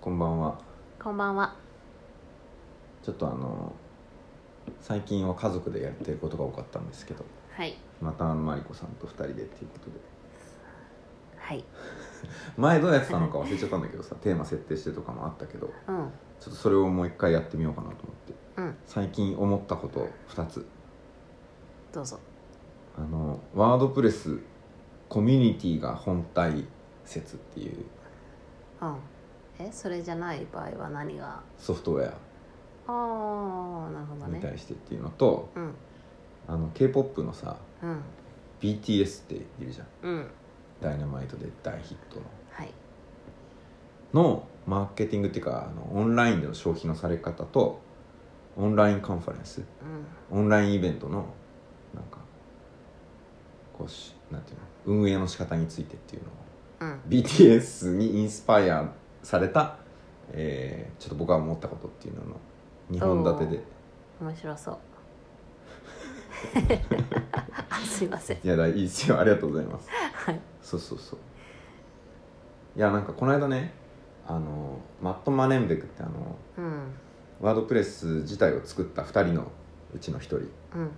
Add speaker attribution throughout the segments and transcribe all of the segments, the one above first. Speaker 1: こんばんは
Speaker 2: こんばんは。
Speaker 1: ちょっとあの最近は家族でやってることが多かったんですけど
Speaker 2: はい。
Speaker 1: またあのマリコさんと2人でっていうことで
Speaker 2: はい。
Speaker 1: 前どうやってたのか忘れちゃったんだけどさ テーマ設定してとかもあったけどちょ
Speaker 2: うん。
Speaker 1: っとそれをもう一回やってみようかなと思って
Speaker 2: うん。
Speaker 1: 最近思ったこと2つ
Speaker 2: どうぞ。
Speaker 1: あのワードプレスコミュニティが本体説っていう
Speaker 2: うん。え、それじゃない場合は何が。
Speaker 1: ソフトウェ
Speaker 2: ああ、なるほ
Speaker 1: ア
Speaker 2: ど
Speaker 1: に
Speaker 2: ね。
Speaker 1: 対してっていうのと、
Speaker 2: うん。
Speaker 1: あの k p o p のさ
Speaker 2: うん
Speaker 1: BTS っているじゃん
Speaker 2: うん。
Speaker 1: 「ダイナマイト」で大ヒットの
Speaker 2: はい。
Speaker 1: のマーケティングっていうかあのオンラインでの消費のされ方とオンラインカンファレンス
Speaker 2: うん。
Speaker 1: オンラインイベントのなんかこうしなんていうの運営の仕方についてっていうのを
Speaker 2: うん。
Speaker 1: BTS にインスパイアされた、えーちょっと僕は思ったことっていうのの2本立てで
Speaker 2: 面白 そう。あ、すいません。
Speaker 1: いやだいいですよありがとうございます
Speaker 2: はい。
Speaker 1: そうそうそういやなんかこの間ねあのマット・マネンベクってあの
Speaker 2: うん。
Speaker 1: ワードプレス自体を作った2人のうちの1人
Speaker 2: うん。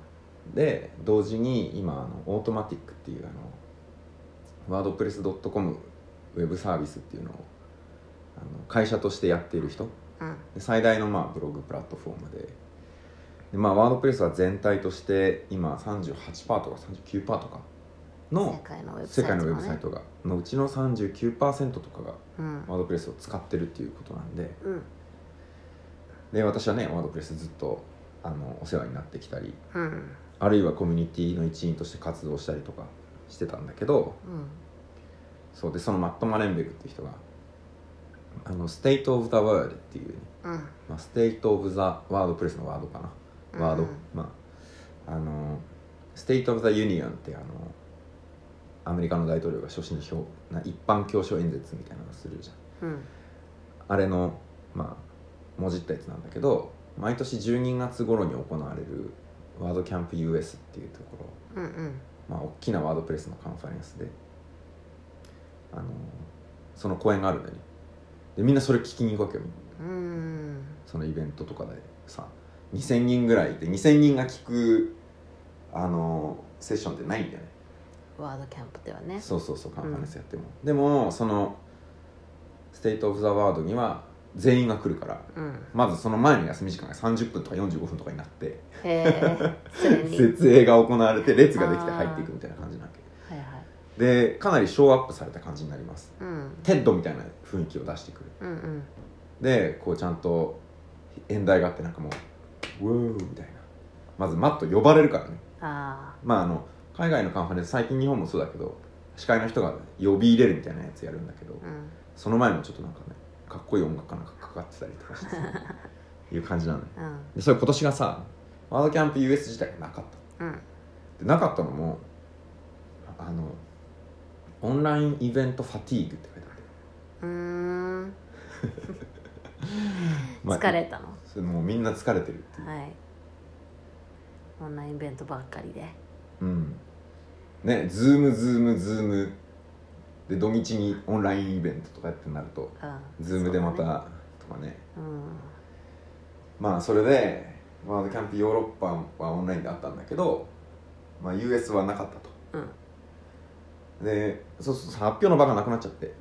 Speaker 1: で同時に今あのオートマティックっていうあのワードプレス .com ウェブサービスっていうのをあの会社としてやっている人
Speaker 2: うん。
Speaker 1: で最大のまあブログプラットフォームでで、まあ、ワードプレスは全体として今38%とか39%とか
Speaker 2: 世
Speaker 1: の
Speaker 2: 界のウェブサ
Speaker 1: 世
Speaker 2: イト、
Speaker 1: 界
Speaker 2: ね。
Speaker 1: のウェブサイトがのうちの39%とかが
Speaker 2: うん。
Speaker 1: ワードプレスを使ってるっていうことなんで
Speaker 2: うん。
Speaker 1: で私はねワードプレスずっとあのお世話になってきたり
Speaker 2: うん。
Speaker 1: あるいはコミュニティの一員として活動したりとかしてたんだけど
Speaker 2: うん。
Speaker 1: そうでそのマット・マレンベクっていう人が「あのステイト・オブ・ザ・ワールっていう、ね
Speaker 2: うん。
Speaker 1: まあ、ステイト・オブ・ザ・ワードプレスのワードかなワード、
Speaker 2: うん
Speaker 1: まああのステイト・オブ・ザ・ユニオンってあのアメリカの大統領が初心表な一般教書演説みたいなのをするじゃん
Speaker 2: うん。
Speaker 1: あれのまあもじったやつなんだけど毎年12月頃に行われるワードキャンプ US っていうところ
Speaker 2: うん。うん。
Speaker 1: まあ、大きなワードプレスのカンファレンスで、あのその公演があるんだよねでみんなそれ聞きに行くわけよ
Speaker 2: うん。
Speaker 1: そのイベントとかでさ2000人ぐらいいて2000人が聞く、あのセッションってないんだよね
Speaker 2: ワードキャンプではね。
Speaker 1: そうそうそうカンファレンスやっても、でもそのステイト・オブ・ザ・ワードには全員が来るから
Speaker 2: うん。
Speaker 1: まずその前の休み時間が30分とか45分とかになって
Speaker 2: へえ。それ に。
Speaker 1: 設営が行われて列ができて入っていくみたいな感じなわけ
Speaker 2: はいはい。
Speaker 1: でかなりショーアップされた感じになります
Speaker 2: うん。
Speaker 1: テッドみたいな雰囲気を出してくる
Speaker 2: うん。うん。
Speaker 1: でこうちゃんと演題があってなんかもう「ウォー」みたいなまずマット呼ばれるからね
Speaker 2: あ
Speaker 1: まああの海外のカンファレンス最近日本もそうだけど司会の人が呼び入れるみたいなやつやるんだけど
Speaker 2: あ、うん、
Speaker 1: その前もちょっとなんかねかっこいい音楽かなんかかかってたりとかしていう感じなのよ
Speaker 2: うん、
Speaker 1: でそれ今年がさワードキャンプ US 自体がなかった
Speaker 2: うん、
Speaker 1: でなかったのもあのオンラインイベントファティーグって書いてあって
Speaker 2: うーん、
Speaker 1: まあ
Speaker 2: 疲れたの、
Speaker 1: それもうみんな疲れてるっていう、
Speaker 2: はい。オンラインイベントばっかりで、
Speaker 1: うんねズームズームズームで土日にオンラインイベントとかやってなると
Speaker 2: うん、
Speaker 1: ズームでまた
Speaker 2: そうだね
Speaker 1: とかね
Speaker 2: うん、
Speaker 1: まあそれでワールドキャンプヨーロッパはオンラインであったんだけど、まあ、US はなかったと
Speaker 2: うん、
Speaker 1: でそうそう発表の場がなくなっちゃって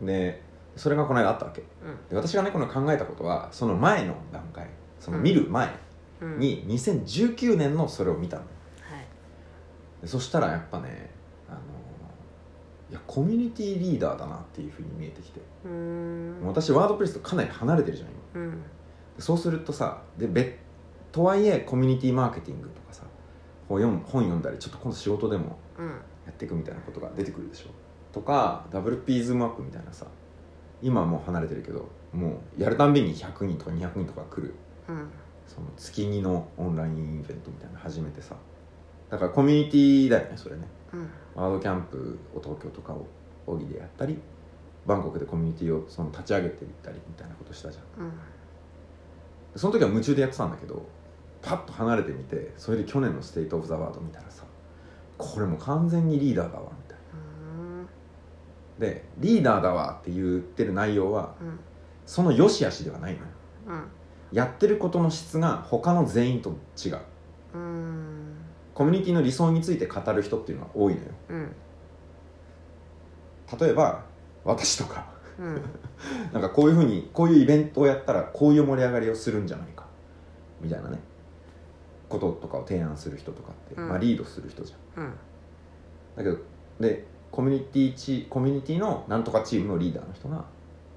Speaker 2: うん、
Speaker 1: でそれがこの間あったわけ
Speaker 2: うん
Speaker 1: で私がねこの考えたことはその前の段階その見る前、
Speaker 2: うん、
Speaker 1: に2019年のそれを見たの
Speaker 2: はい、
Speaker 1: でそしたらやっぱねあのいやコミュニティリーダーだなっていうふうに見えてきて
Speaker 2: うーん、
Speaker 1: 私ワードプレスとかなり離れてるじゃん今
Speaker 2: うん、
Speaker 1: でそうするとさで別とはいえコミュニティマーケティングとかさ本読む本読んだりちょっと今度仕事でも
Speaker 2: うん、
Speaker 1: やっていくみたいなことが出てくるでしょとか WP ズームアップみたいなさ今はもう離れてるけどもうやるたんびに100人とか200人とか来る
Speaker 2: うん、
Speaker 1: その月2のオンラインイベントみたいなの始めてさだからコミュニティだよねそれね
Speaker 2: うん、
Speaker 1: ワードキャンプを東京とかを荻でやったりバンコクでコミュニティをその立ち上げていったりみたいなことしたじゃん
Speaker 2: うん、
Speaker 1: その時は夢中でやってたんだけどパッと離れてみてそれで去年の「ステイト・オブ・ザ・ワード」見たらさこれもう完全にリーダーだわみたいなでリーダーだわって言ってる内容は
Speaker 2: うん、
Speaker 1: その良し悪しではないのよ
Speaker 2: うん
Speaker 1: やってることの質が他の全員と違う
Speaker 2: うーん
Speaker 1: コミュニティの理想について語る人っていうのは多いのよ
Speaker 2: うん
Speaker 1: 例えば私とか
Speaker 2: うん
Speaker 1: なんかこういうふうにこういうイベントをやったらこういう盛り上がりをするんじゃないかみたいなねこととかを提案する人とかって、
Speaker 2: うん
Speaker 1: まあ、リードする人じゃん
Speaker 2: うん
Speaker 1: だけどでコミュニティチコミュニティのなんとかチームのリーダーの人が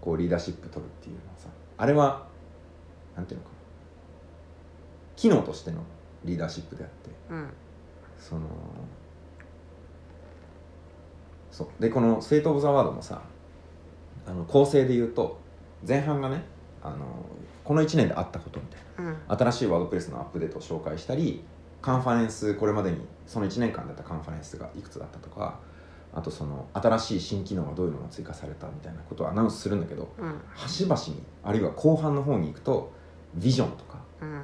Speaker 1: こうリーダーシップ取るっていうのはさあれはなんていうのかな機能としてのリーダーシップであって
Speaker 2: うん
Speaker 1: そのそうでこの「ステート・オブ・ザ・ワード」もさあの構成で言うと前半がねあのこの1年であったことみたい
Speaker 2: うん
Speaker 1: な新しいワードプレスのアップデートを紹介したりカンファレンスこれまでにその1年間だったカンファレンスがいくつだったとかあとその新しい新機能がどういうのが追加されたみたいなことをアナウンスするんだけど
Speaker 2: うん
Speaker 1: 端々にあるいは後半の方に行くとビジョンとか
Speaker 2: うん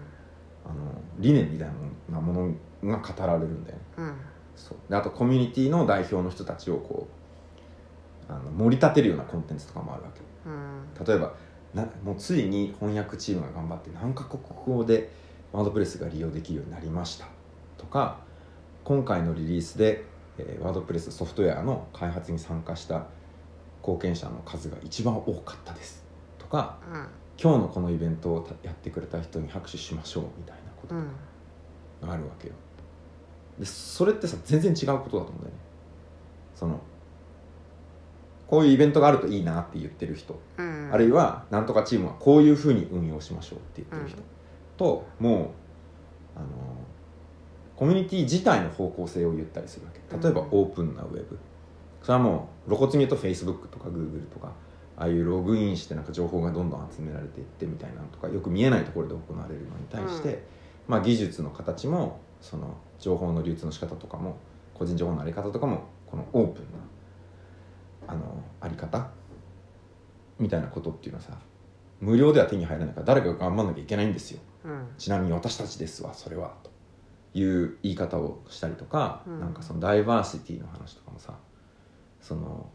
Speaker 1: あの理念みたいなものが語られるんだよね。
Speaker 2: うん
Speaker 1: そうであとコミュニティの代表の人たちをこうあの盛り立てるようなコンテンツとかもあるわけ
Speaker 2: うん
Speaker 1: 例えばなもうついに翻訳チームが頑張って何カ国語でワードプレスが利用できるようになりましたとか今回のリリースで、えーワードプレスソフトウェアの開発に参加した貢献者の数が一番多かったですとか今日のこのイベントをたやってくれた人に拍手しましょうみたいなこと
Speaker 2: う
Speaker 1: とか
Speaker 2: ん
Speaker 1: があるわけよでそれってさ全然違うことだと思うんだよねそのこういうイベントがあるといいなって言ってる人、
Speaker 2: うん
Speaker 1: あるいはなんとかチームはこういうふうに運用しましょうって言ってる人、
Speaker 2: うん
Speaker 1: ともうあのコミュニティ自体の方向性を言ったりするわけ例えば
Speaker 2: うん
Speaker 1: オープンなウェブそれはもう露骨に言うと Facebook とか Google とかああいうログインしてなんか情報がどんどん集められていってみたいなのとかよく見えないところで行われるのに対して、
Speaker 2: うん
Speaker 1: まあ、技術の形もその情報の流通の仕方とかも個人情報のあり方とかもこのオープンなあのあり方みたいなことっていうのはさ無料では手に入らないから誰かが頑張んなきゃいけないんですよ
Speaker 2: うん
Speaker 1: ちなみに私たちですわそれはという言い方をしたりとか、
Speaker 2: うん
Speaker 1: なんかそのダイバーシティの話とかもさその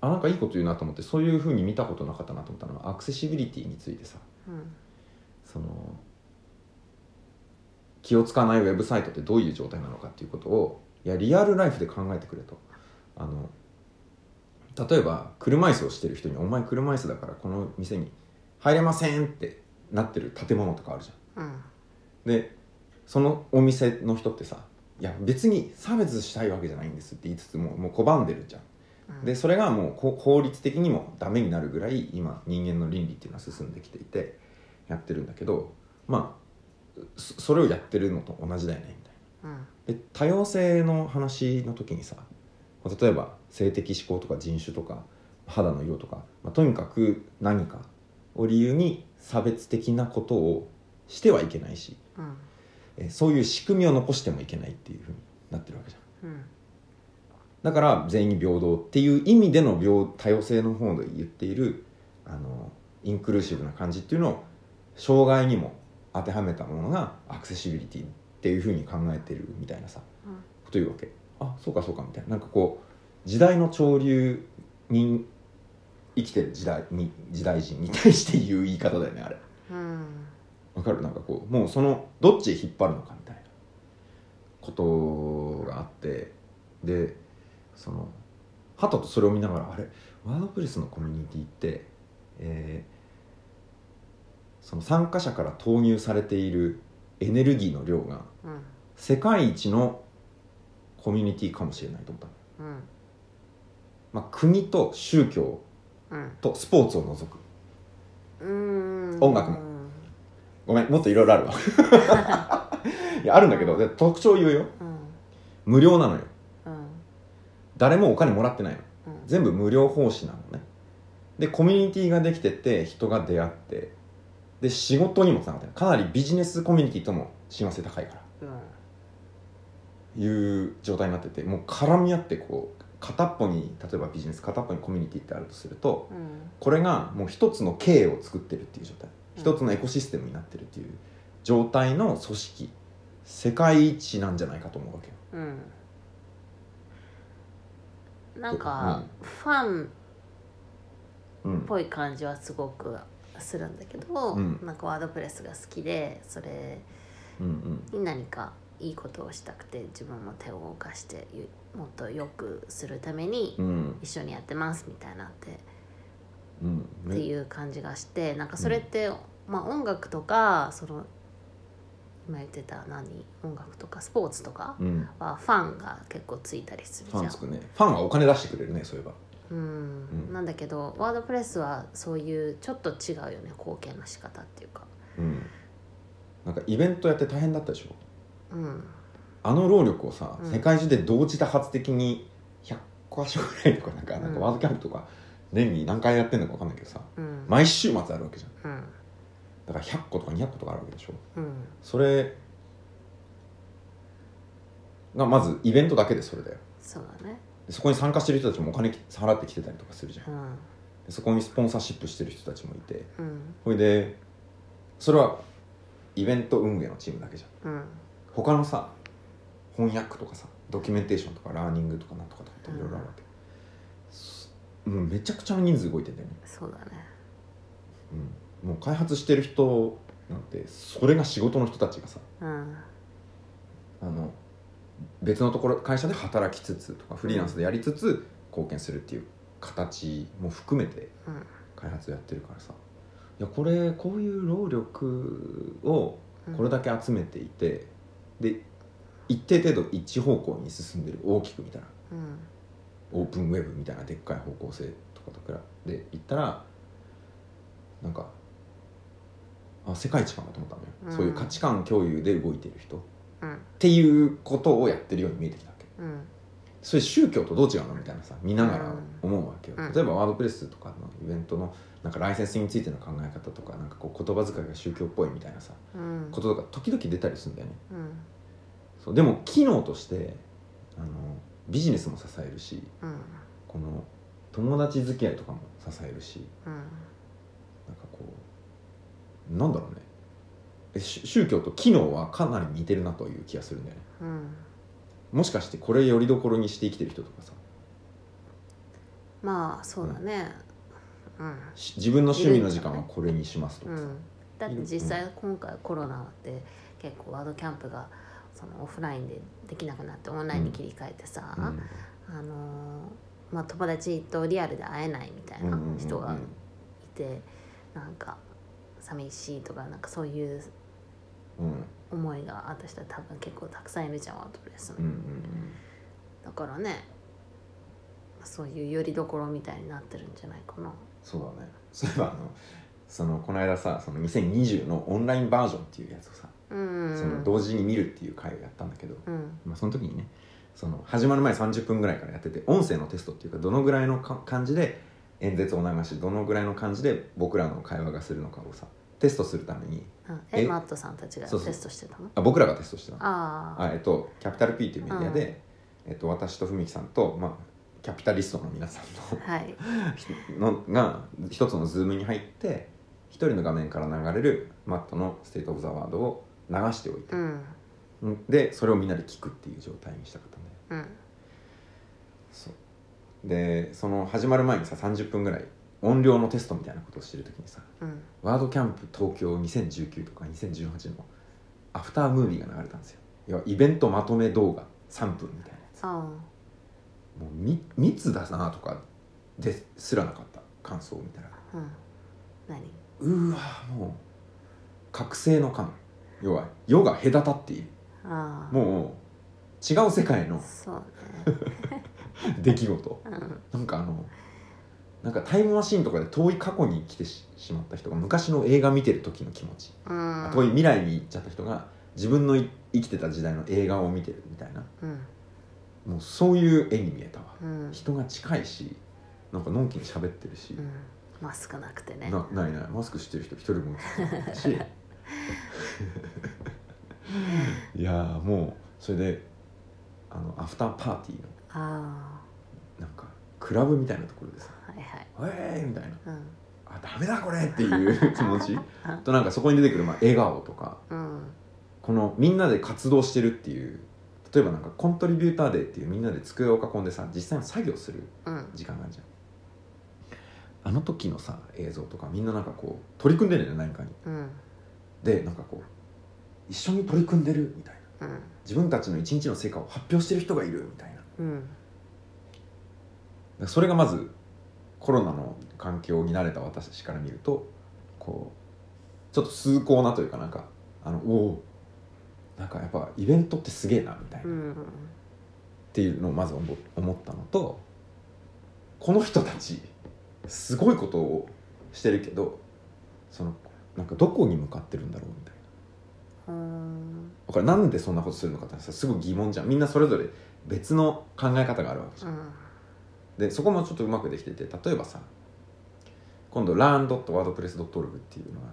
Speaker 1: あなんかいいこと言うなと思ってそういうふうに見たことなかったなと思ったのはアクセシビリティについてさ
Speaker 2: うん
Speaker 1: その気を使わないウェブサイトってどういう状態なのかっていうことをいやリアルライフで考えてくれとあの例えば車椅子をしてる人に「お前車椅子だからこの店に入れません」ってなってる建物とかあるじゃん。
Speaker 2: うん
Speaker 1: でそのお店の人ってさ「いや別に差別したいわけじゃないんです」って言いつつももう拒んでるじゃん。
Speaker 2: うん
Speaker 1: でそれがもうこう法律的にもダメになるぐらい今人間の倫理っていうのは進んできていてやってるんだけどまあそそれをやってるのと同じだよねみたい
Speaker 2: うん
Speaker 1: な。で多様性の話の時にさ例えば性的指向とか人種とか肌の色とか、まあ、とにかく何かを理由に差別的なことをしてはいけないし
Speaker 2: うん
Speaker 1: えーそういう仕組みを残してもいけないっていうふうになってるわけじゃん
Speaker 2: うん
Speaker 1: だから全員に平等っていう意味での平多様性の方で言っているあのインクルーシブな感じっていうのを障害にも当てはめたものがアクセシビリティっていうふうに考えてるみたいなさ
Speaker 2: うん
Speaker 1: こと言うわけあそうかそうかみたいななんかこう時代の潮流に生きてる時代に時代人に対して言う言い方だよねあれ
Speaker 2: うん
Speaker 1: わかるなんかこうもうそのどっちへ引っ張るのかみたいなことがあってでそのはたとそれを見ながらあれワードプレスのコミュニティって、えーその参加者から投入されているエネルギーの量が
Speaker 2: うん
Speaker 1: 世界一のコミュニティかもしれないと思ったの、
Speaker 2: うん
Speaker 1: まあ、国と宗教
Speaker 2: うん
Speaker 1: とスポーツを除く
Speaker 2: うん
Speaker 1: 音楽
Speaker 2: も
Speaker 1: ごめんもっといろいろあるわ いやあるんだけどで特徴言うよ
Speaker 2: うん
Speaker 1: 無料なのよ
Speaker 2: うん
Speaker 1: 誰もお金もらってないの
Speaker 2: うん
Speaker 1: 全部無料奉仕なのねでコミュニティができてて人が出会ってで仕事にもつながってるかなりビジネスコミュニティとも親和性高いから
Speaker 2: うん
Speaker 1: いう状態になっててもう絡み合ってこう片っぽに例えばビジネス片っぽにコミュニティってあるとすると
Speaker 2: うん
Speaker 1: これがもう一つの経営を作ってるっていう状態
Speaker 2: うん
Speaker 1: 一つのエコシステムになってるっていう状態の組織世界一なんじゃないかと思うわけよ
Speaker 2: うんなんかファンっ
Speaker 1: うん、うん
Speaker 2: ぽい感じはすごくするんだけど、
Speaker 1: うん
Speaker 2: なんかワードプレスが好きでそれ
Speaker 1: うんうん
Speaker 2: に何かいいことをしたくて自分も手を動かしてゆもっと良くするために
Speaker 1: うん
Speaker 2: 一緒にやってますみたいなって、
Speaker 1: うん
Speaker 2: っ
Speaker 1: ね
Speaker 2: ていう感じがしてなんかそれって、まあ音楽とかその今言ってた何音楽とかスポーツとか
Speaker 1: うん
Speaker 2: はファンが結構ついたりする
Speaker 1: フ
Speaker 2: じゃ
Speaker 1: ァン
Speaker 2: ん
Speaker 1: つくねファンはお金出してくれるねそういえば
Speaker 2: うん、
Speaker 1: うん
Speaker 2: なんだけどワードプレスはそういうちょっと違うよね貢献の仕方っていうか
Speaker 1: うんなんかイベントやって大変だったでしょ
Speaker 2: うん
Speaker 1: あの労力をさ、
Speaker 2: うん
Speaker 1: 世界中で同時多発的に100個足ぐらいとかなんか,、
Speaker 2: うん
Speaker 1: なんかワードキャンプとか年に何回やってんのか分かんないけどさ
Speaker 2: うん
Speaker 1: 毎週末あるわけじゃん
Speaker 2: うん
Speaker 1: だから100個とか200個とかあるわけでしょ
Speaker 2: うん
Speaker 1: それがまずイベントだけでそれだよ
Speaker 2: そうだね
Speaker 1: でそこに参加してる人たちもお金払ってきてたりとかするじゃん
Speaker 2: う
Speaker 1: で
Speaker 2: ん
Speaker 1: そこにスポンサーシップしてる人たちもいて
Speaker 2: うん
Speaker 1: ほいでそれはイベント運営のチームだけじゃん
Speaker 2: うん
Speaker 1: 他のさ翻訳とかさドキュメンテーションとかラーニングとかなんとかとかっていろいろあるわけ、すもうめちゃくちゃな人数動いてんだよね、
Speaker 2: そうだね
Speaker 1: うん、もう開発してる人なんてそれが仕事の人たちがさ
Speaker 2: うん
Speaker 1: あの別のところ会社で働きつつとかフリーランスでやりつつ貢献するっていう形も含めて
Speaker 2: うん
Speaker 1: 開発をやってるからさいやこれこういう労力を
Speaker 2: うん
Speaker 1: これだけ集めていて、で一定程度一方向に進んでる大きく見たら
Speaker 2: うん
Speaker 1: オープンウェブみたいなでっかい方向性とかと比べていったらなんかあ世界一かなと思ったのよ、
Speaker 2: うん
Speaker 1: そういう価値観共有で動いている人っ
Speaker 2: うん
Speaker 1: ていうことをやってるように見えてきたわけ
Speaker 2: うん
Speaker 1: それ宗教とどう違うのみたいなさ見ながら思うわけよ、
Speaker 2: うん
Speaker 1: 例えばワードプレスとかのイベントのなんかライセンスについての考え方とかなんかこう言葉遣いが宗教っぽいみたいなさ
Speaker 2: うん
Speaker 1: こととか時々出たりするんだよね
Speaker 2: うん
Speaker 1: そうでも機能としてあのビジネスも支えるし
Speaker 2: うん
Speaker 1: この友達付き合いとかも支えるし
Speaker 2: うん
Speaker 1: なんかこうなんだろうねえし宗教と機能はかなり似てるなという気がするんだよね
Speaker 2: うん
Speaker 1: もしかしてこれよりどころにして生きてる人とかさ
Speaker 2: まあそうだねうん
Speaker 1: し自分の趣味の時間はこれにしますと
Speaker 2: う
Speaker 1: かさ、
Speaker 2: ん、だって実際今回コロナで結構ワードキャンプがそのオフラインでできなくなってオンラインに切り替えてさ、
Speaker 1: うん
Speaker 2: あのーまあ、友達とリアルで会えないみたいな人がいて、なんか寂しいとかなんかそういう
Speaker 1: うんうん
Speaker 2: 思いがあった人は多分結構たくさんいるじゃんワードプレスの、
Speaker 1: うんうん
Speaker 2: だからねそういうよりどころみたいになってるんじゃないかな
Speaker 1: そうだねそういえばあのそのこの間さその2020のオンラインバージョンっていうやつをさ、
Speaker 2: うん
Speaker 1: その同時に見るっていう回をやったんだけど、
Speaker 2: うん
Speaker 1: まあ、その時にねその始まる前30分ぐらいからやってて音声のテストっていうかどのぐらいのか感じで演説を流しどのぐらいの感じで僕らの会話がするのかをさテストするために
Speaker 2: うんえ
Speaker 1: え
Speaker 2: マットさんたちが
Speaker 1: そうそう
Speaker 2: テストしてたの
Speaker 1: あ僕らがテストしてたの
Speaker 2: ああ
Speaker 1: あえっとキャピタル P というメディアで、えっと、私と文樹さんと、まあ、キャピタリストの皆さんの
Speaker 2: はい
Speaker 1: の が一つのズームに入って一人の画面から流れるマットの「ステート・オブ・ザ・ワード」を流しておいて
Speaker 2: う、ん
Speaker 1: でそれをみんなで聞くっていう状態にしたかったんだよ
Speaker 2: うん
Speaker 1: そうでその始まる前にさ30分ぐらい音量のテストみたいなことをしてる時にさ
Speaker 2: うん
Speaker 1: 「ワードキャンプ東京2019」とか2018のアフタームービーが流れたんですよ要はイベントまとめ動画3分みたいなやつ
Speaker 2: あ
Speaker 1: もうみ密だなとかですらなかった感想を見たら
Speaker 2: あうん何
Speaker 1: うわもう覚醒の感要は世が隔たっている
Speaker 2: ああ
Speaker 1: もう違う世界の
Speaker 2: そう
Speaker 1: 出来事
Speaker 2: ねうん
Speaker 1: なんかあのなんかタイムマシンとかで遠い過去に来てししまった人が昔の映画見てる時の気持ち、
Speaker 2: うん
Speaker 1: 遠い未来に行っちゃった人が自分のい生きてた時代の映画を見てるみたいな
Speaker 2: うん
Speaker 1: もうそういう絵に見えたわ、
Speaker 2: うん
Speaker 1: 人が近いしなんかのんきに喋ってるし、
Speaker 2: うんマスクなくてね
Speaker 1: なないないマスクしてる人一人も映ってないし いやーもうそれであのアフターパーティーの
Speaker 2: あ
Speaker 1: なんかクラブみたいなところでさ
Speaker 2: あはいはい
Speaker 1: 「ウェーイ!」みたいな
Speaker 2: うん
Speaker 1: 「あダメだこれ!」っていう気持ちとなんかそこに出てくる、まあ、笑顔とか
Speaker 2: うん
Speaker 1: このみんなで活動してるっていう例えばなんかコントリビューターデーっていうみんなで机を囲んでさ実際に作業する
Speaker 2: うん
Speaker 1: 時間があるじゃんあの時のさ映像とかみんななんかこう取り組んでるんだよね何かに
Speaker 2: うん
Speaker 1: でなんかこう一緒に取り組んでるみたいな
Speaker 2: うん
Speaker 1: 自分たちの一日の成果を発表してる人がいるみたいな
Speaker 2: うん
Speaker 1: でそれがまずコロナの環境に慣れた私たちから見るとこうちょっと崇高なというかなんかあのおおなんかやっぱイベントってすげえなみたいな、
Speaker 2: う
Speaker 1: っ
Speaker 2: ん
Speaker 1: ていうのをまず思思ったのとこの人たちすごいことをしてるけどそのなんかどこに向かってるんだろうみたいな
Speaker 2: うん
Speaker 1: だからなんでそんなことするのかってさすごい疑問じゃんみんなそれぞれ別の考え方があるわけじゃんでそこもちょっとうまくできてて例えばさ今度 learn.wordpress.org っていうのは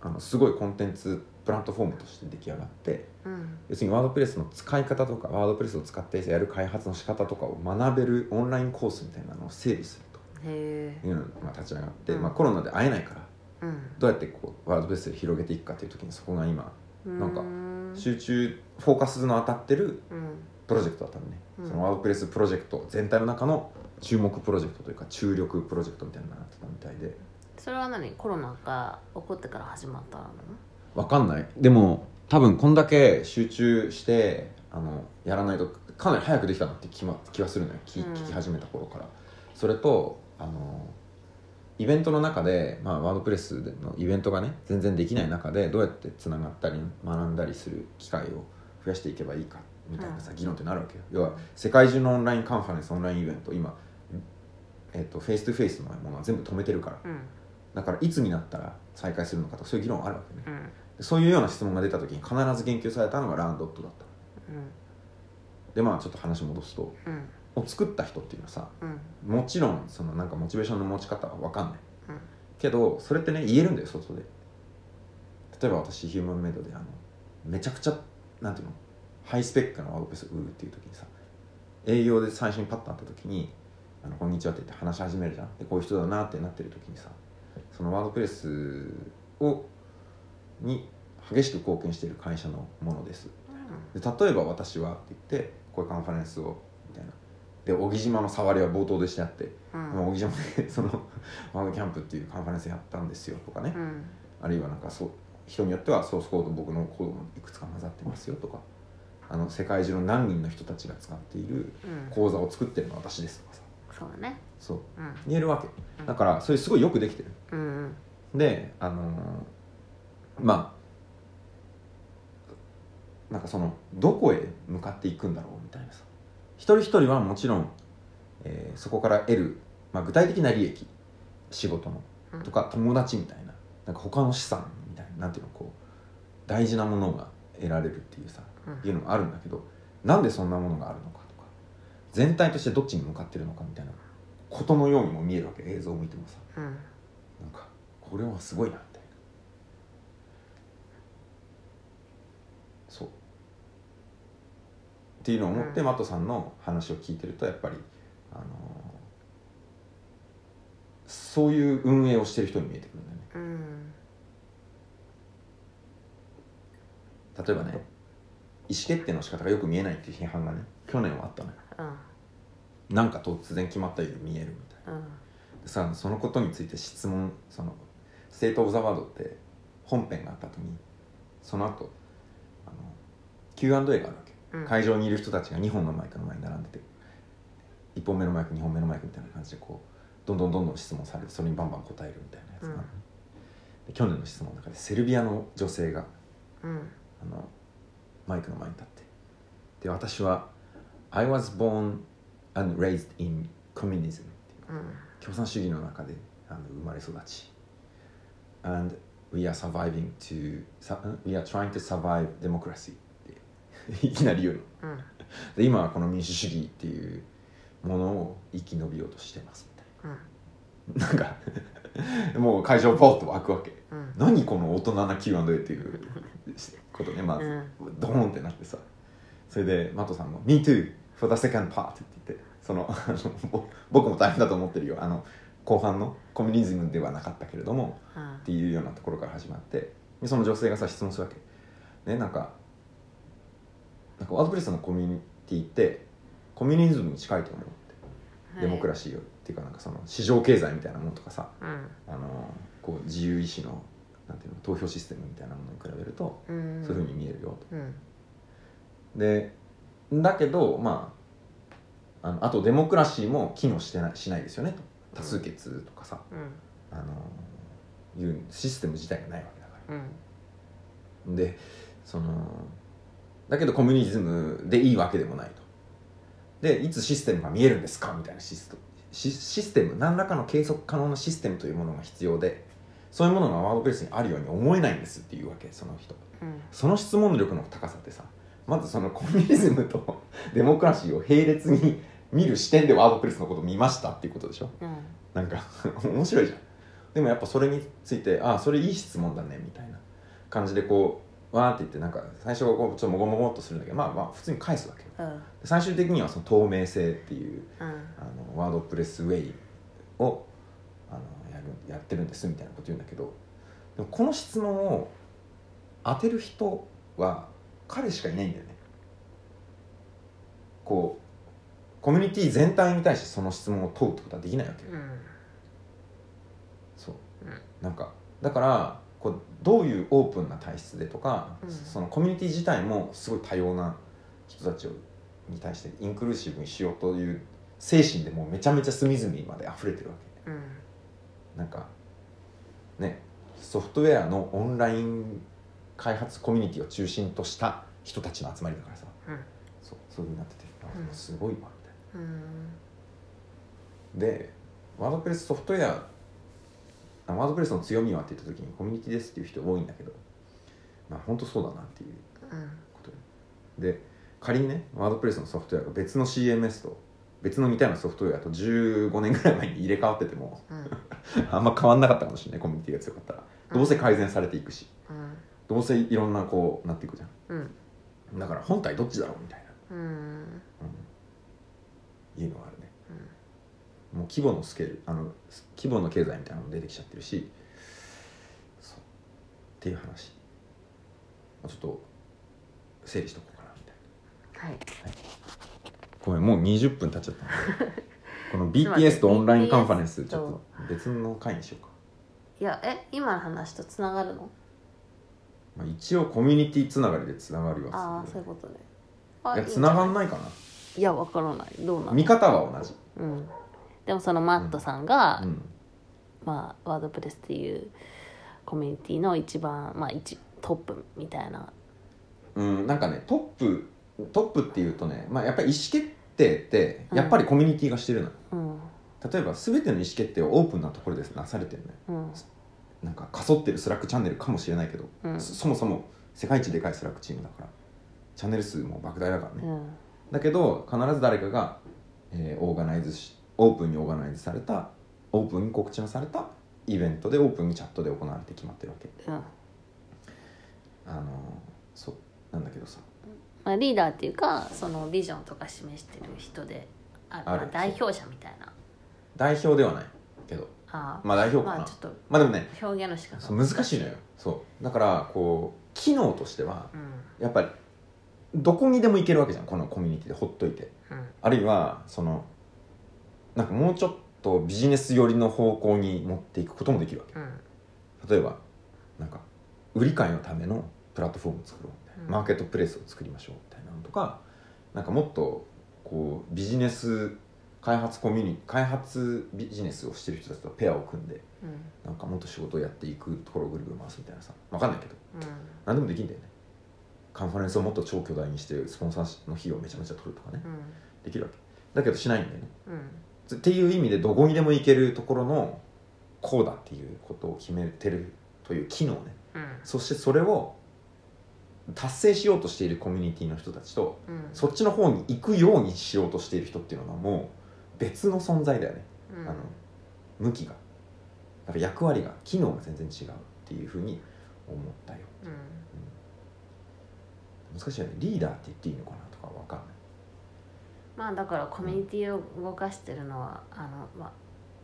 Speaker 1: あのすごいコンテンツプラットフォームとして出来上がって
Speaker 2: うん
Speaker 1: 要するにワードプレスの使い方とかワードプレスを使ってやる開発の仕方とかを学べるオンラインコースみたいなのを整備する
Speaker 2: へ
Speaker 1: と
Speaker 2: え
Speaker 1: いうのが立ち上がって、
Speaker 2: うん
Speaker 1: まあ、コロナで会えないから
Speaker 2: うん
Speaker 1: どうやってこうワードプレスで広げていくかという時にそこが今なんか
Speaker 2: うん
Speaker 1: 集中フォーカスの当たってる
Speaker 2: うん
Speaker 1: プロジェクトだったのね、
Speaker 2: うん
Speaker 1: そのワードプレスプロジェクト全体の中の注目プロジェクトというか注力プロジェクトみたいなのになってたみたいで
Speaker 2: それは何コロナが起こってから始まったの
Speaker 1: わかんないでも多分こんだけ集中してあのやらないとかなり早くできたなって気,、ま、気はするのよ聞,、
Speaker 2: うん
Speaker 1: 聞き始めた頃からそれとあのイベントの中で、まあ、ワードプレスでのイベントがね全然できない中でどうやってつながったり学んだりする機会を増やしていけばいいかみたいなさ、
Speaker 2: うん
Speaker 1: 議論ってなるわけよ要は世界中のオンラインカンファレンスオンラインイベント今、えっとフェイストゥフェイスのものは全部止めてるから
Speaker 2: うん
Speaker 1: だからいつになったら再開するのかとかそういう議論あるわけね
Speaker 2: うん
Speaker 1: そういうような質問が出た時に必ず言及されたのがランドットだった
Speaker 2: うん
Speaker 1: でまあちょっと話戻すと
Speaker 2: うん
Speaker 1: を作った人っていうのはさ
Speaker 2: うん
Speaker 1: もちろんそのなんかモチベーションの持ち方は分かんない、
Speaker 2: うん
Speaker 1: けどそれってね言えるんだよ外で例えば私ヒューマンメイドであのめちゃくちゃなんていうのハイスペックなワードプレスを売るっていう時にさ営業で最初にパッと会った時に「あのこんにちは」って言って話し始めるじゃんでこういう人だなってなってる時にさそのワードプレスをに激しく貢献している会社のものですで例えば私はって言ってこういうカンファレンスをみたいなで小木島の触りは冒頭でしてあって、
Speaker 2: うん
Speaker 1: まあ小木島でそのワードキャンプっていうカンファレンスやったんですよとかね、
Speaker 2: うん
Speaker 1: あるいはなんかそう人によってはソースコード僕のコードもいくつか混ざってますよとかあの世界中の何人の人たちが使っている
Speaker 2: うん
Speaker 1: 講座を作ってるのは私ですとかさ
Speaker 2: そうだね
Speaker 1: そう
Speaker 2: うん
Speaker 1: 言えるわけ
Speaker 2: うん
Speaker 1: だからそれすごいよくできてる
Speaker 2: うん
Speaker 1: であのーまあなんかそのどこへ向かっていくんだろうみたいなさ一人一人はもちろん、えーそこから得る、まあ、具体的な利益仕事の
Speaker 2: うん
Speaker 1: とか友達みたいななんか他の資産みたいななんていうのこう大事なものが得られるっていうさ
Speaker 2: うん
Speaker 1: いうのがあるんだけどなんでそんなものがあるのかとか全体としてどっちに向かってるのかみたいなことのようにも見えるわけ映像を見てもさ
Speaker 2: うん
Speaker 1: なんかこれはすごいなみたいなそうっていうのを思って、
Speaker 2: うん
Speaker 1: マトさんの話を聞いてるとやっぱり、あのーそういう運営をしてる人に見えてくるんだよね
Speaker 2: うん
Speaker 1: 例えばね意思決定の仕方がよく見えないっていう批判がね去年はあったのよ
Speaker 2: うん
Speaker 1: なんか突然決まったように見えるみたいな
Speaker 2: うん
Speaker 1: さそのことについて質問そのステート・オブ・ザ・ワードって本編があった後にその後あの Q&A があるわけ、
Speaker 2: うん
Speaker 1: 会場にいる人たちが2本のマイクの前に並んでて1本目のマイク2本目のマイクみたいな感じでこうどんどんどんどん質問されてそれにバンバン答えるみたいなやつがあるのね、で去年の質問の中でセルビアの女性が
Speaker 2: うん
Speaker 1: あのマイクの前に立ってで私は「I was born and raised in communism」っていう
Speaker 2: うん
Speaker 1: 共産主義の中であの生まれ育ち And we are surviving to sa- we are trying to survive democracy って いきなり言うの
Speaker 2: うん
Speaker 1: で今はこの民主主義っていうものを生き延びようとしてますみたいななんか もう会場ポッと湧くわけ
Speaker 2: うん
Speaker 1: 何この大人な Q&A っていうことねまず、
Speaker 2: うん
Speaker 1: ドーンってなってさそれでマトさんも「Me too for the second part」って言ってそのあのぼ僕も大変だと思ってるよあの後半のコミュニズムではなかったけれども
Speaker 2: うん
Speaker 1: っていうようなところから始まってでその女性がさ質問するわけねなんかなんかワードプレスのコミュニティってコミュニズムに近いと思うって
Speaker 2: はい
Speaker 1: デモクラシーをっていうかなんかその市場経済みたいなものとかさ
Speaker 2: うん
Speaker 1: あのこう自由意志のなんていうの投票システムみたいなものに比べると
Speaker 2: うん
Speaker 1: そういうふうに見えるよと。
Speaker 2: うん
Speaker 1: でだけどまああのあとデモクラシーも機能してないしないですよねと多数決とかさ、
Speaker 2: うん
Speaker 1: あのいうシステム自体がないわけだから。
Speaker 2: うん
Speaker 1: でそのだけどコミュニズムでいいわけでもないと。でいつシステムが見えるんですかみたいなシステムシシステム何らかの計測可能なシステムというものが必要でそういうものがワードプレスにあるように思えないんですっていうわけその人
Speaker 2: うん
Speaker 1: その質問力の高さってさまずそのコミュニズムと デモクラシーを並列に見る視点でワードプレスのことを見ましたっていうことでしょ
Speaker 2: うん
Speaker 1: なんか 面白いじゃんでもやっぱそれについてああそれいい質問だねみたいな感じでこうわーって言ってなんか最初はこうちょっともごもごっとするんだけどまあまあ普通に返すわけよ
Speaker 2: うん
Speaker 1: で最終的にはその透明性っていう
Speaker 2: うん
Speaker 1: あのワードプレスウェイをあのやるやってるんですみたいなこと言うんだけどでもこの質問を当てる人は彼しかいないんだよねこうコミュニティ全体に対してその質問を問うってことはできないわけよ
Speaker 2: うん
Speaker 1: そう、
Speaker 2: うん
Speaker 1: なんかだからこうどういうオープンな体質でとか、
Speaker 2: うん
Speaker 1: そのコミュニティ自体もすごい多様な人たちをに対してインクルーシブにしようという精神でもうめちゃめちゃ隅々まで溢れてるわけ
Speaker 2: うん
Speaker 1: なんかねソフトウェアのオンライン開発コミュニティを中心とした人たちの集まりだからさ
Speaker 2: うん
Speaker 1: そうそういうふうになってて
Speaker 2: うん
Speaker 1: あすごいわみたいな。
Speaker 2: うん
Speaker 1: でワードプレスソフトウェアあワードプレスの強みはって言った時にコミュニティですっていう人多いんだけどまあ本当そうだなっていう
Speaker 2: うん
Speaker 1: ことでで仮にねワードプレスのソフトウェアが別の CMS と別のみたいなソフトウェアと15年ぐらい前に入れ替わってても
Speaker 2: うん
Speaker 1: あんま変わんなかったかもしれないコミュニティが強かったらどうせ改善されていくし
Speaker 2: うん
Speaker 1: どうせいろんなこうなっていくじゃ
Speaker 2: うん
Speaker 1: んだから本体どっちだろうみたいな、
Speaker 2: うん
Speaker 1: うん、いうのはあるねもう規模のスケールあのす規模の経済みたいなのも出てきちゃってるしそうっていう話まあちょっと整理しとこうかなみたい
Speaker 2: はい
Speaker 1: なごめんもう20分経っちゃったのでこの
Speaker 2: ちょっと待っ
Speaker 1: BTS
Speaker 2: て
Speaker 1: とオンラインカンファレンス
Speaker 2: BTS
Speaker 1: ちょっと別の回にしようか、
Speaker 2: いやえ今の話とつながるの
Speaker 1: まあ、一応コミュニティつながりでつながり
Speaker 2: あ
Speaker 1: は
Speaker 2: あ
Speaker 1: す
Speaker 2: そう
Speaker 1: る
Speaker 2: いうことね
Speaker 1: いや
Speaker 2: あ
Speaker 1: つながん
Speaker 2: い
Speaker 1: ないかない
Speaker 2: んじゃないいやわからないどうなの
Speaker 1: 見方は同じ、
Speaker 2: うんでもそのマットさんが、
Speaker 1: うん、
Speaker 2: まあ、ワードプレスっていうコミュニティの一番、まあ、一トップみたいな
Speaker 1: うん、なんかねトップトップっていうとね、まあ、やっぱり意思決定ってやっぱりコミュニティがしてるのよ、
Speaker 2: うん
Speaker 1: 例えば全ての意思決定をオープンなところでなされてるね
Speaker 2: うん
Speaker 1: なんかかそってるスラックチャンネルかもしれないけど、
Speaker 2: うん
Speaker 1: そそもそも世界一でかいスラックチームだからチャンネル数も莫大だから
Speaker 2: う
Speaker 1: ね、
Speaker 2: ん
Speaker 1: だけど必ず誰かが、えーオーガナイズしオープンにオーガナイズされたオープンに告知のされたイベントでオープンにチャットで行われて決まってるわけ
Speaker 2: うん
Speaker 1: あのーそうなんだけどさ
Speaker 2: まあ、リーダーっていうかそのビジョンとか示してる人であ
Speaker 1: ある
Speaker 2: まあ代表者みたいな
Speaker 1: 代表ではないけど
Speaker 2: あー
Speaker 1: まあ代表かな、
Speaker 2: まあ
Speaker 1: まあ
Speaker 2: ち、ょっ
Speaker 1: でもね
Speaker 2: と表現の仕方
Speaker 1: そう難しいのよそうだからこう機能としては
Speaker 2: うん
Speaker 1: やっぱりどこにでも行けるわけじゃんこのコミュニティでほっといて
Speaker 2: うん
Speaker 1: あるいはそのなんかもうちょっとビジネス寄りの方向に持っていくこともできるわ
Speaker 2: うん
Speaker 1: け例えばなんか売り買いのためのプラットフォームを作ろうみたいな、
Speaker 2: うん
Speaker 1: マーケットプレイスを作りましょうみたいなのとかなんかもっとこうビジネス開発コミュニ開発ビジネスをしてる人たちとペアを組んで
Speaker 2: うん
Speaker 1: なんかもっと仕事をやっていくところをぐるぐる回すみたいなさわかんないけど
Speaker 2: うん
Speaker 1: 何でもできんだよねカンファレンスをもっと超巨大にしてスポンサーの費用をめちゃめちゃ取るとかね
Speaker 2: うん
Speaker 1: できるわけだけどしないんだよね
Speaker 2: うん
Speaker 1: つっていう意味でどこにでも行けるところのこうだっていうことを決めてるという機能ね
Speaker 2: うん
Speaker 1: そしてそれを達成しようとしているコミュニティの人たちと
Speaker 2: うん
Speaker 1: そっちの方に行くようにしようとしている人っていうのはもう別の存在だよね
Speaker 2: うん
Speaker 1: あの向きがだから役割が機能が全然違うっていうふうに思ったよ
Speaker 2: うん
Speaker 1: 難しいよねリーダーって言っていいのかなとかわかんない
Speaker 2: まあだからコミュニティを動かしてるのはあの、まあ、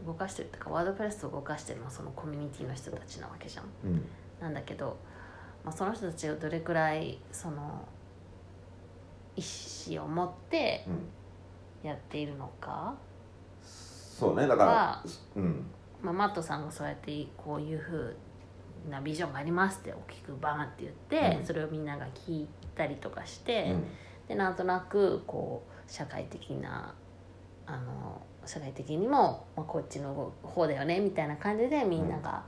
Speaker 2: 動かしてるっていうかワードプレスを動かしてるのはそのコミュニティの人たちなわけじゃん。
Speaker 1: うん
Speaker 2: なんだけど、まあ、その人たちがどれくらいその意思を持って
Speaker 1: うん
Speaker 2: やっているのか
Speaker 1: そうねだから
Speaker 2: は
Speaker 1: うん
Speaker 2: まあ、マットさんがそうやってこういうふうなビジョンがありますって大きくバーンって言って、
Speaker 1: うん
Speaker 2: それをみんなが聞いたりとかし
Speaker 1: う
Speaker 2: て、
Speaker 1: ん
Speaker 2: でなんとなくこう社会的なあの社会的にも、まあ、こっちの方だよねみたいな感じでみんなが、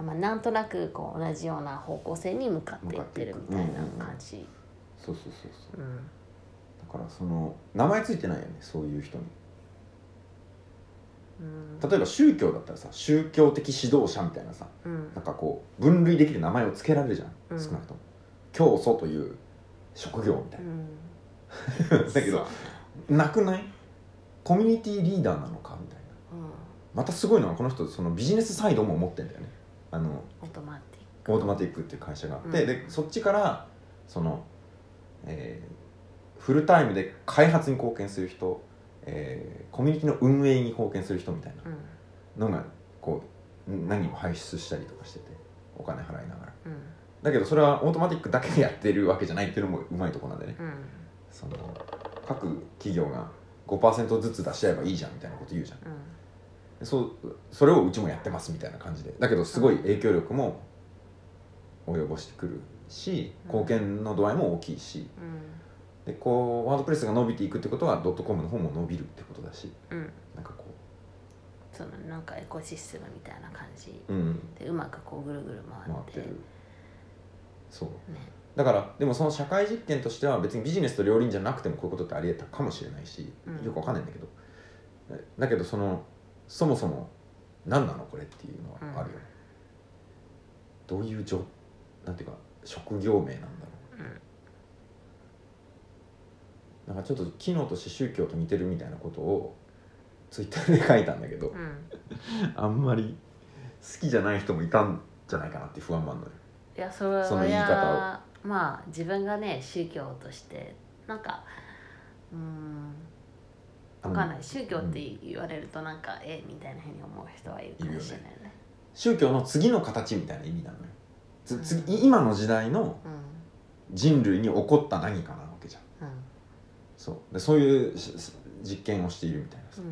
Speaker 2: まあ、なんとなくこう同じような方向性に向かっていってるみたいな感じ。
Speaker 1: そうそうそうそう
Speaker 2: うん
Speaker 1: だからその名前ついてないよねそういう人に
Speaker 2: うん
Speaker 1: 例えば宗教だったらさ宗教的指導者みたいなさ
Speaker 2: うん
Speaker 1: なんかこう分類できる名前をつけられるじゃん、
Speaker 2: うん
Speaker 1: 少なくとも教祖という職業みたいな、 だけどなくないコミュニティリーダーなのかみたいな
Speaker 2: うんうん
Speaker 1: またすごいのはこの人そのビジネスサイドも持ってんだよねあの
Speaker 2: オートマティック
Speaker 1: オートマティックっていう会社があって、
Speaker 2: うん
Speaker 1: でそっちからその、えーフルタイムで開発に貢献する人、えーコミュニティの運営に貢献する人みたいな
Speaker 2: うん
Speaker 1: のがこう何人も輩出したりとかしててお金払いながら
Speaker 2: うん
Speaker 1: だけどそれはオートマティックだけでやってるわけじゃないっていうのもうまいとこなんでね
Speaker 2: うん
Speaker 1: その各企業が5%ずつ出し合えばいいじゃんみたいなこと言うじゃん
Speaker 2: うん
Speaker 1: でそうそれをうちもやってますみたいな感じでだけどすごい影響力も及ぼしてくるし貢献の度合いも大きいしでこうワードプレスが伸びていくってことはドットコムの方も伸びるってことだし
Speaker 2: うんうん
Speaker 1: なんかこ
Speaker 2: そのなんかエコシステムみたいな感じ
Speaker 1: う、うん、
Speaker 2: でうまくこうぐるぐる
Speaker 1: 回
Speaker 2: 回っ
Speaker 1: っててるそう
Speaker 2: ね
Speaker 1: だからでもその社会実験としては別にビジネスと両輪じゃなくてもこういうことってありえたかもしれないし、
Speaker 2: うん
Speaker 1: よくわかんないんだけどえだけどそのそもそも何なのこれっていうのはあるよね、どういうじょなんていうか職業名なんだろ
Speaker 2: うん
Speaker 1: うなんかちょっと機能として宗教と似てるみたいなことをツイッターで書いたんだけど、
Speaker 2: うん
Speaker 1: あんまり好きじゃない人もいたんじゃないかなっていう不安もあるのよ
Speaker 2: いやそれは
Speaker 1: その言い方
Speaker 2: まあ自分がね宗教としてなんかうーんわかんない宗教って言われるとなんか、えみたいなふうに思う人はいるかもしれないね
Speaker 1: 宗教の次の形みたいな意味なのよつ次
Speaker 2: うん
Speaker 1: 今の時代の人類に起こった何かなわけじゃん
Speaker 2: うんうん
Speaker 1: そうでそういうしし実験をしているみたいなさ、
Speaker 2: うん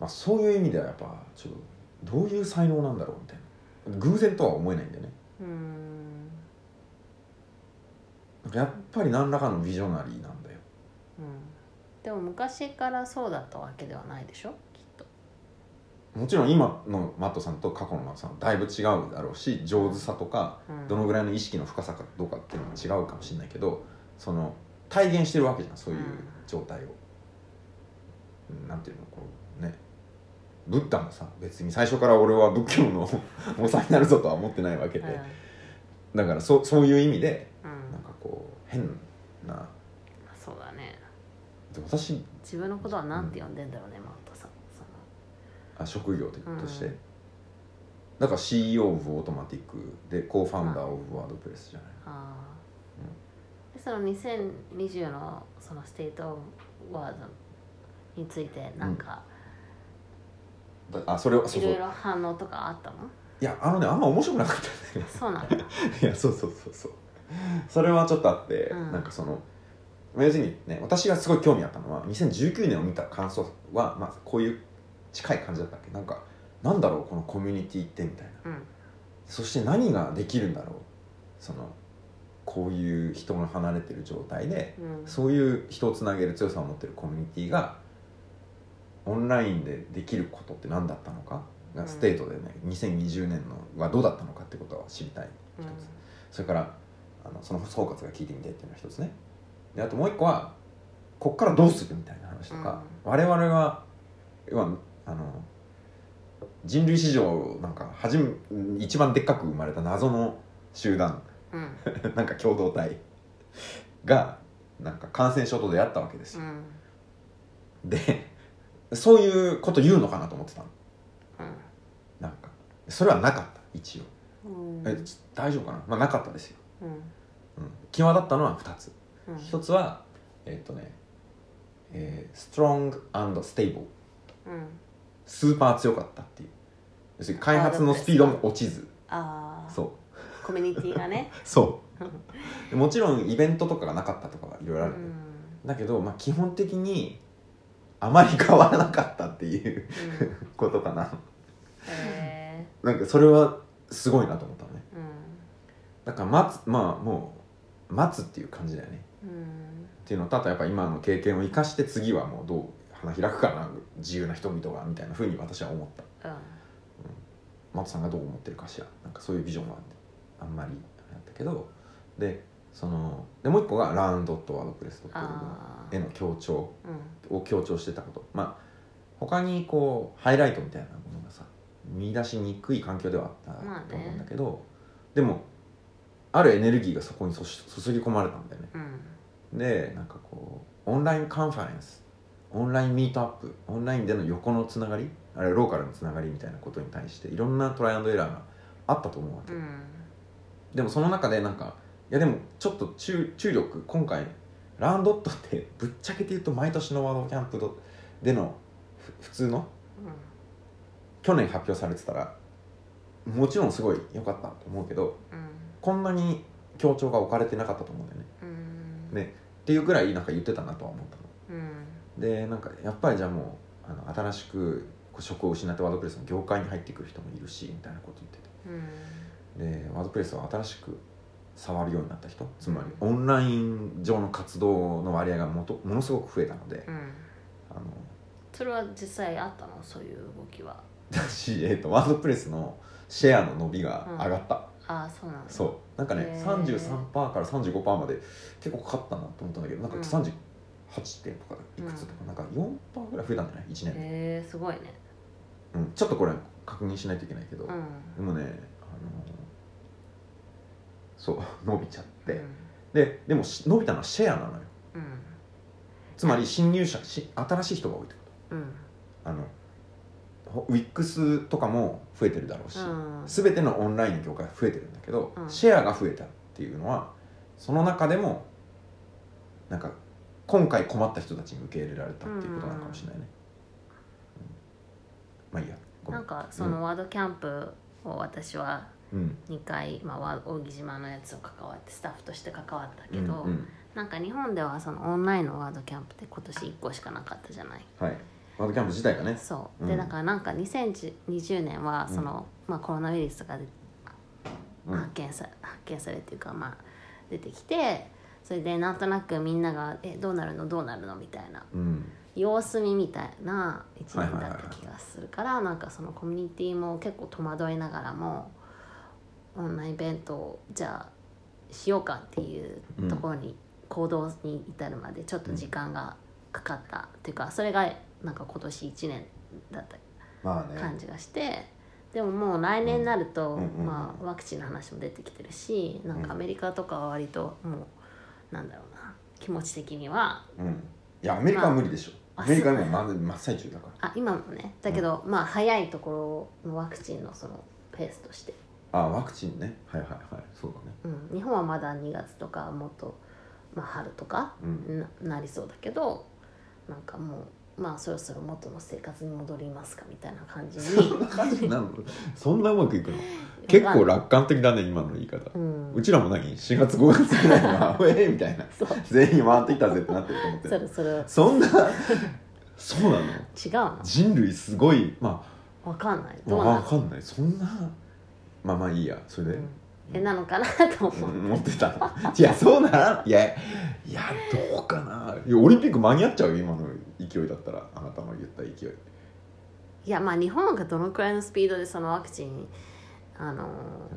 Speaker 1: まあ、そういう意味ではやっぱちょっとどういう才能なんだろうみたいな偶然とは思えないんだよね
Speaker 2: うーん
Speaker 1: なんかやっぱり何らかのビジョナリーなんだよ
Speaker 2: うんでも昔からそうだったわけではないでしょきっと
Speaker 1: もちろん今のマットさんと過去のマットさんはだいぶ違うだろうし上手さとか
Speaker 2: うん
Speaker 1: どのぐらいの意識の深さかどうかっていうのは違うかもしれないけどその体現してるわけじゃんそういう状態を、うんなんていうのこうねブッダもさ別に最初から俺は仏教 の猛者になるぞとは思ってないわけで、だからそそういう意味で
Speaker 2: うんうん
Speaker 1: なんかこう変な
Speaker 2: そうだね
Speaker 1: で私
Speaker 2: 自分のことはなんて呼んでんだろうね、マウトさんその
Speaker 1: あ職業ととして、
Speaker 2: うん
Speaker 1: だから CEO of オートマティックでコーファウンダー of ワードプレスじゃない
Speaker 2: あーでその2020のそのステートワードについてなんか
Speaker 1: だあそれをそ
Speaker 2: いう
Speaker 1: そう
Speaker 2: ろい
Speaker 1: い
Speaker 2: ろ反応とかあったの、
Speaker 1: やあのねあんま面白くなかったんだよね
Speaker 2: そうなん だ
Speaker 1: いやそうそうそうそうそれはちょっとあって、
Speaker 2: うん
Speaker 1: なんかそのまあ要するにね私がすごい興味あったのは2019年を見た感想は、まあ、こういう近い感じだったっけなんかなんだろうこのコミュニティってみたいな
Speaker 2: うん
Speaker 1: そして何ができるんだろうそのこういう人が離れてる状態で
Speaker 2: うん
Speaker 1: そういう人をつなげる強さを持ってるコミュニティがオンラインでできることって何だったのか
Speaker 2: う
Speaker 1: が
Speaker 2: ん
Speaker 1: ステートでね2020年のはどうだったのかってことは知りたい
Speaker 2: うん
Speaker 1: それからあのその総括が聞いてみたいっていうのが一つねであともう一個はこっからどうするみたいな話とか、我々は要はあの人類史上なんか初め一番でっかく生まれた謎の集団
Speaker 2: うん
Speaker 1: なんか共同体がなんか感染症と出会ったわけです
Speaker 2: う
Speaker 1: よ、
Speaker 2: ん
Speaker 1: でそういうこと言うのかなと思ってたのなんかそれはなかった一応、
Speaker 2: うん
Speaker 1: えち大丈夫かなまあなかったですよ、
Speaker 2: うん
Speaker 1: うん、際立ったのは2つ
Speaker 2: うん
Speaker 1: 一つはえっとね、えー、strong and stable
Speaker 2: うん
Speaker 1: スーパー強かったっていう要するに開発のスピードも落ちず
Speaker 2: ああ
Speaker 1: そう
Speaker 2: コミュニティがね
Speaker 1: そう でもちろんイベントとかがなかったとかはいろいろあ
Speaker 2: う
Speaker 1: る、
Speaker 2: ん
Speaker 1: だけど、まあ、基本的にあまり変わらなかったっていう
Speaker 2: うん
Speaker 1: ことかな
Speaker 2: へ
Speaker 1: なんかそれはすごいなと思ったのね
Speaker 2: ー
Speaker 1: だから待つまあもう待つっていう感じだよね
Speaker 2: うんうん
Speaker 1: っていうのとあとやっぱ今の経験を生かして次はもうどう花開くかな自由な人々がみたいなふうに私は思った
Speaker 2: うん
Speaker 1: 松さんがどう思ってるかしらなんかそういうビジョンはあんまりあれだったけどでそのでもう一個がラウンドとワードプレスとっていう
Speaker 2: あ
Speaker 1: 絵
Speaker 2: ー
Speaker 1: の強調
Speaker 2: うん
Speaker 1: を強調してたことまあ他にこうハイライトみたいなものがさ見出しにくい環境ではあった
Speaker 2: まあね
Speaker 1: と思うんだけど、でもあるエネルギーがそこにそし注ぎ込まれたんだよね
Speaker 2: うん
Speaker 1: でなんかこうオンラインカンファレンスオンラインミートアップオンラインでの横のつながりあれローカルのつながりみたいなことに対していろんなトライアンドエラーがあったと思うわけ、
Speaker 2: うん
Speaker 1: でもその中でなんかいやでもちょっと注注力今回ラウンドットってぶっちゃけて言うと毎年のワードキャンプどでのふ普通の去年発表されてたらもちろんすごい良かったと思うけど
Speaker 2: うん
Speaker 1: こんなに強調が置かれてなかったと思うんだよね
Speaker 2: うん
Speaker 1: ねっていうぐらいなんか言ってたなとは思ったの
Speaker 2: うん
Speaker 1: でなんかやっぱりじゃあもうあの新しくこう職を失ってワードプレスの業界に入ってくる人もいるしみたいなこと言っ
Speaker 2: う
Speaker 1: て
Speaker 2: ん
Speaker 1: てでワードプレスは新しく触るようになった人つまりオンライン上の活動の割合がもとものすごく増えたので
Speaker 2: うん
Speaker 1: あの
Speaker 2: それは実際あったのそういう動きは
Speaker 1: だし、 えっとワードプレスのシェアの伸びが上がった、
Speaker 2: ああそうなんだ
Speaker 1: そうなんかね
Speaker 2: へー
Speaker 1: 33%から35%まで結構かかったなと思ったんだけどなんか
Speaker 2: うん
Speaker 1: 38点とかいくつとか、なんか4%ぐらい増えたんじゃない1年で、
Speaker 2: へえすごいね
Speaker 1: うん、ちょっとこれ確認しないといけないけど、
Speaker 2: うん
Speaker 1: でもね、あのそう 伸びちゃって、
Speaker 2: うん
Speaker 1: ででもし伸びたのはシェアなのよ
Speaker 2: うん
Speaker 1: つまり新入社し新しい人が多いってこ
Speaker 2: うん
Speaker 1: とあのほウィックスとかも増えてるだろうし、
Speaker 2: うん
Speaker 1: 全てのオンラインの業界が増えてるんだけど、
Speaker 2: うん
Speaker 1: シェアが増えたっていうのはその中でもなんか今回困った人たちに受け入れられたっていうことなのかもしれないね、うんまあいいやごめ
Speaker 2: なんんかそのワードキャンプを私は
Speaker 1: うん
Speaker 2: 2回、まあわ、扇島のやつを関わってスタッフとして関わったけど、
Speaker 1: うんうん
Speaker 2: なんか日本ではそのオンラインのワードキャンプって今年1個しかなかったじゃない
Speaker 1: はいワードキャンプ自体がね
Speaker 2: そう
Speaker 1: うん
Speaker 2: でだからなんか2020年はその、まあ、コロナウイルスが出
Speaker 1: うん
Speaker 2: 発見さ発見されっていうかまあ出てきてそれでなんとなくみんなが「えどうなるのどうなるの?」みたいな
Speaker 1: うん
Speaker 2: 様子見みたいな一
Speaker 1: はい
Speaker 2: 年
Speaker 1: はいはい
Speaker 2: だ
Speaker 1: はい
Speaker 2: った気がするから、なんかそのコミュニティも結構戸惑いながらもオンラインイベントをじゃあしようかっていうところに、行動に至るまでちょっと時間がかかった、っていうかそれがなんか今年1年だった
Speaker 1: まあね
Speaker 2: 感じがして、でももう来年になると、
Speaker 1: うんうんうんうん
Speaker 2: まあ、ワクチンの話も出てきてるしなんかアメリカとかは割ともうなんだろうな気持ち的には
Speaker 1: うんいやアメリカは無理でしょ、
Speaker 2: まあ
Speaker 1: アメリカは今まだ真っ最中だか
Speaker 2: あ今もねだけど、まあ早いところのワクチンのそのペースとして、
Speaker 1: らあワクチンねはいはいはいそうだね
Speaker 2: うん、日本はまだ2月とかもっと、まあ、春とか
Speaker 1: うん
Speaker 2: ななりそうだけどなんかもうまあそろそろ元の生活に戻りますかみたいな感じに
Speaker 1: そんな感じなのそんなうまくいくの結構楽観的だね今の言い方
Speaker 2: うん
Speaker 1: うちらも何4月5月ぐらいは「 ウェイ!」みたいな
Speaker 2: そう
Speaker 1: 全員回ってきたぜってなってると思って
Speaker 2: そ
Speaker 1: る
Speaker 2: ろそろ
Speaker 1: そんなそうなの
Speaker 2: 違うな
Speaker 1: 人類すごいま
Speaker 2: わかんない
Speaker 1: あ
Speaker 2: どうな
Speaker 1: わ
Speaker 2: の
Speaker 1: かんないそんなまあまあいいやそれで、
Speaker 2: えなのかなと思う、
Speaker 1: 持ってたのいやそうならいやいやどうかないやオリンピック間に合っちゃうよ今の勢いだったらあなたの言った勢い
Speaker 2: いやまあ日本がどのくらいのスピードでそのワクチンあの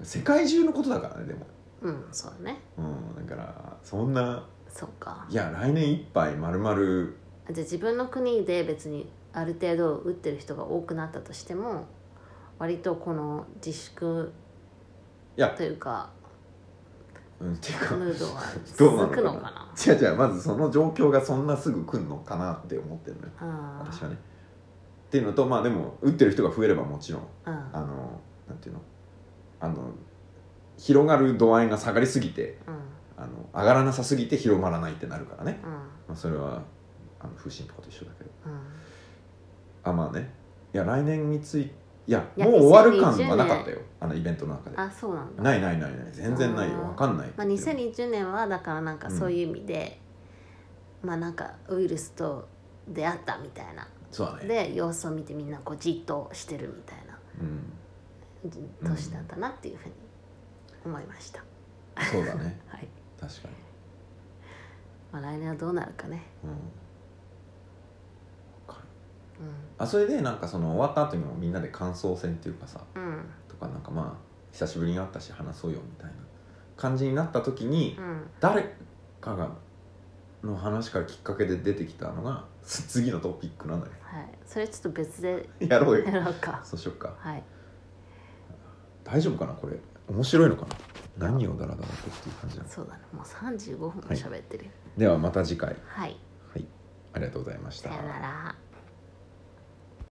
Speaker 1: 世界中のことだからねでも
Speaker 2: うんそうだね
Speaker 1: うんだからそんな
Speaker 2: そうか
Speaker 1: いや来年いっぱいまるまる
Speaker 2: じゃあ自分の国で別にある程度打ってる人が多くなったとしても割とこの自粛
Speaker 1: いや
Speaker 2: というか
Speaker 1: うんっていう
Speaker 2: ム
Speaker 1: か
Speaker 2: ードは
Speaker 1: どうなの
Speaker 2: 続くのかな
Speaker 1: 違う違うまずその状況がそんなすぐ来んのかなって思ってるのよ
Speaker 2: あ
Speaker 1: 私
Speaker 2: ー
Speaker 1: はねっていうのとまあでも打ってる人が増えればもちろん
Speaker 2: うん
Speaker 1: あのなんていうのあの広がる度合いが下がりすぎて
Speaker 2: うん
Speaker 1: あの上がらなさすぎて広まらないってなるからね、
Speaker 2: うん
Speaker 1: まあ、それはあの風疹とかと一緒だけど
Speaker 2: うん
Speaker 1: あまあねいや来年についいや
Speaker 2: いや
Speaker 1: もう終わる感はなかったよあのイベントの中で
Speaker 2: あそうなんだ
Speaker 1: ないないないない全然ないよ
Speaker 2: あー
Speaker 1: わかんない
Speaker 2: まあ、2020年はだからなんかそういう意味で、まあなんかウイルスと出会ったみたいな
Speaker 1: そうだね
Speaker 2: で様子を見てみんなこうじっとしてるみたいな
Speaker 1: うん
Speaker 2: じ年だったなっていうふうに思いました、
Speaker 1: そうだ ね
Speaker 2: はい、
Speaker 1: 確かに
Speaker 2: まあ、来年はどうなるかね、
Speaker 1: うんわかる
Speaker 2: う
Speaker 1: あそれでなんかその終わった後にもみんなで感想戦っていうかさ
Speaker 2: んうん
Speaker 1: とかなんかまあ久しぶりに会ったし話そうよみたいな感じになった時に、
Speaker 2: うん
Speaker 1: 誰かがの話からきっかけで出てきたのが す次のトピックなんだよ
Speaker 2: はいそれちょっと別で
Speaker 1: やろうよ
Speaker 2: やろうか
Speaker 1: そうしよっか
Speaker 2: はい
Speaker 1: 大丈夫かなこれ面白いのかな何をダラダラとっていう感じなの
Speaker 2: そうだねもう35分も喋ってるよ
Speaker 1: ではまた次回
Speaker 2: はい、
Speaker 1: はいありがとうございまし
Speaker 2: さ
Speaker 1: た
Speaker 2: よなら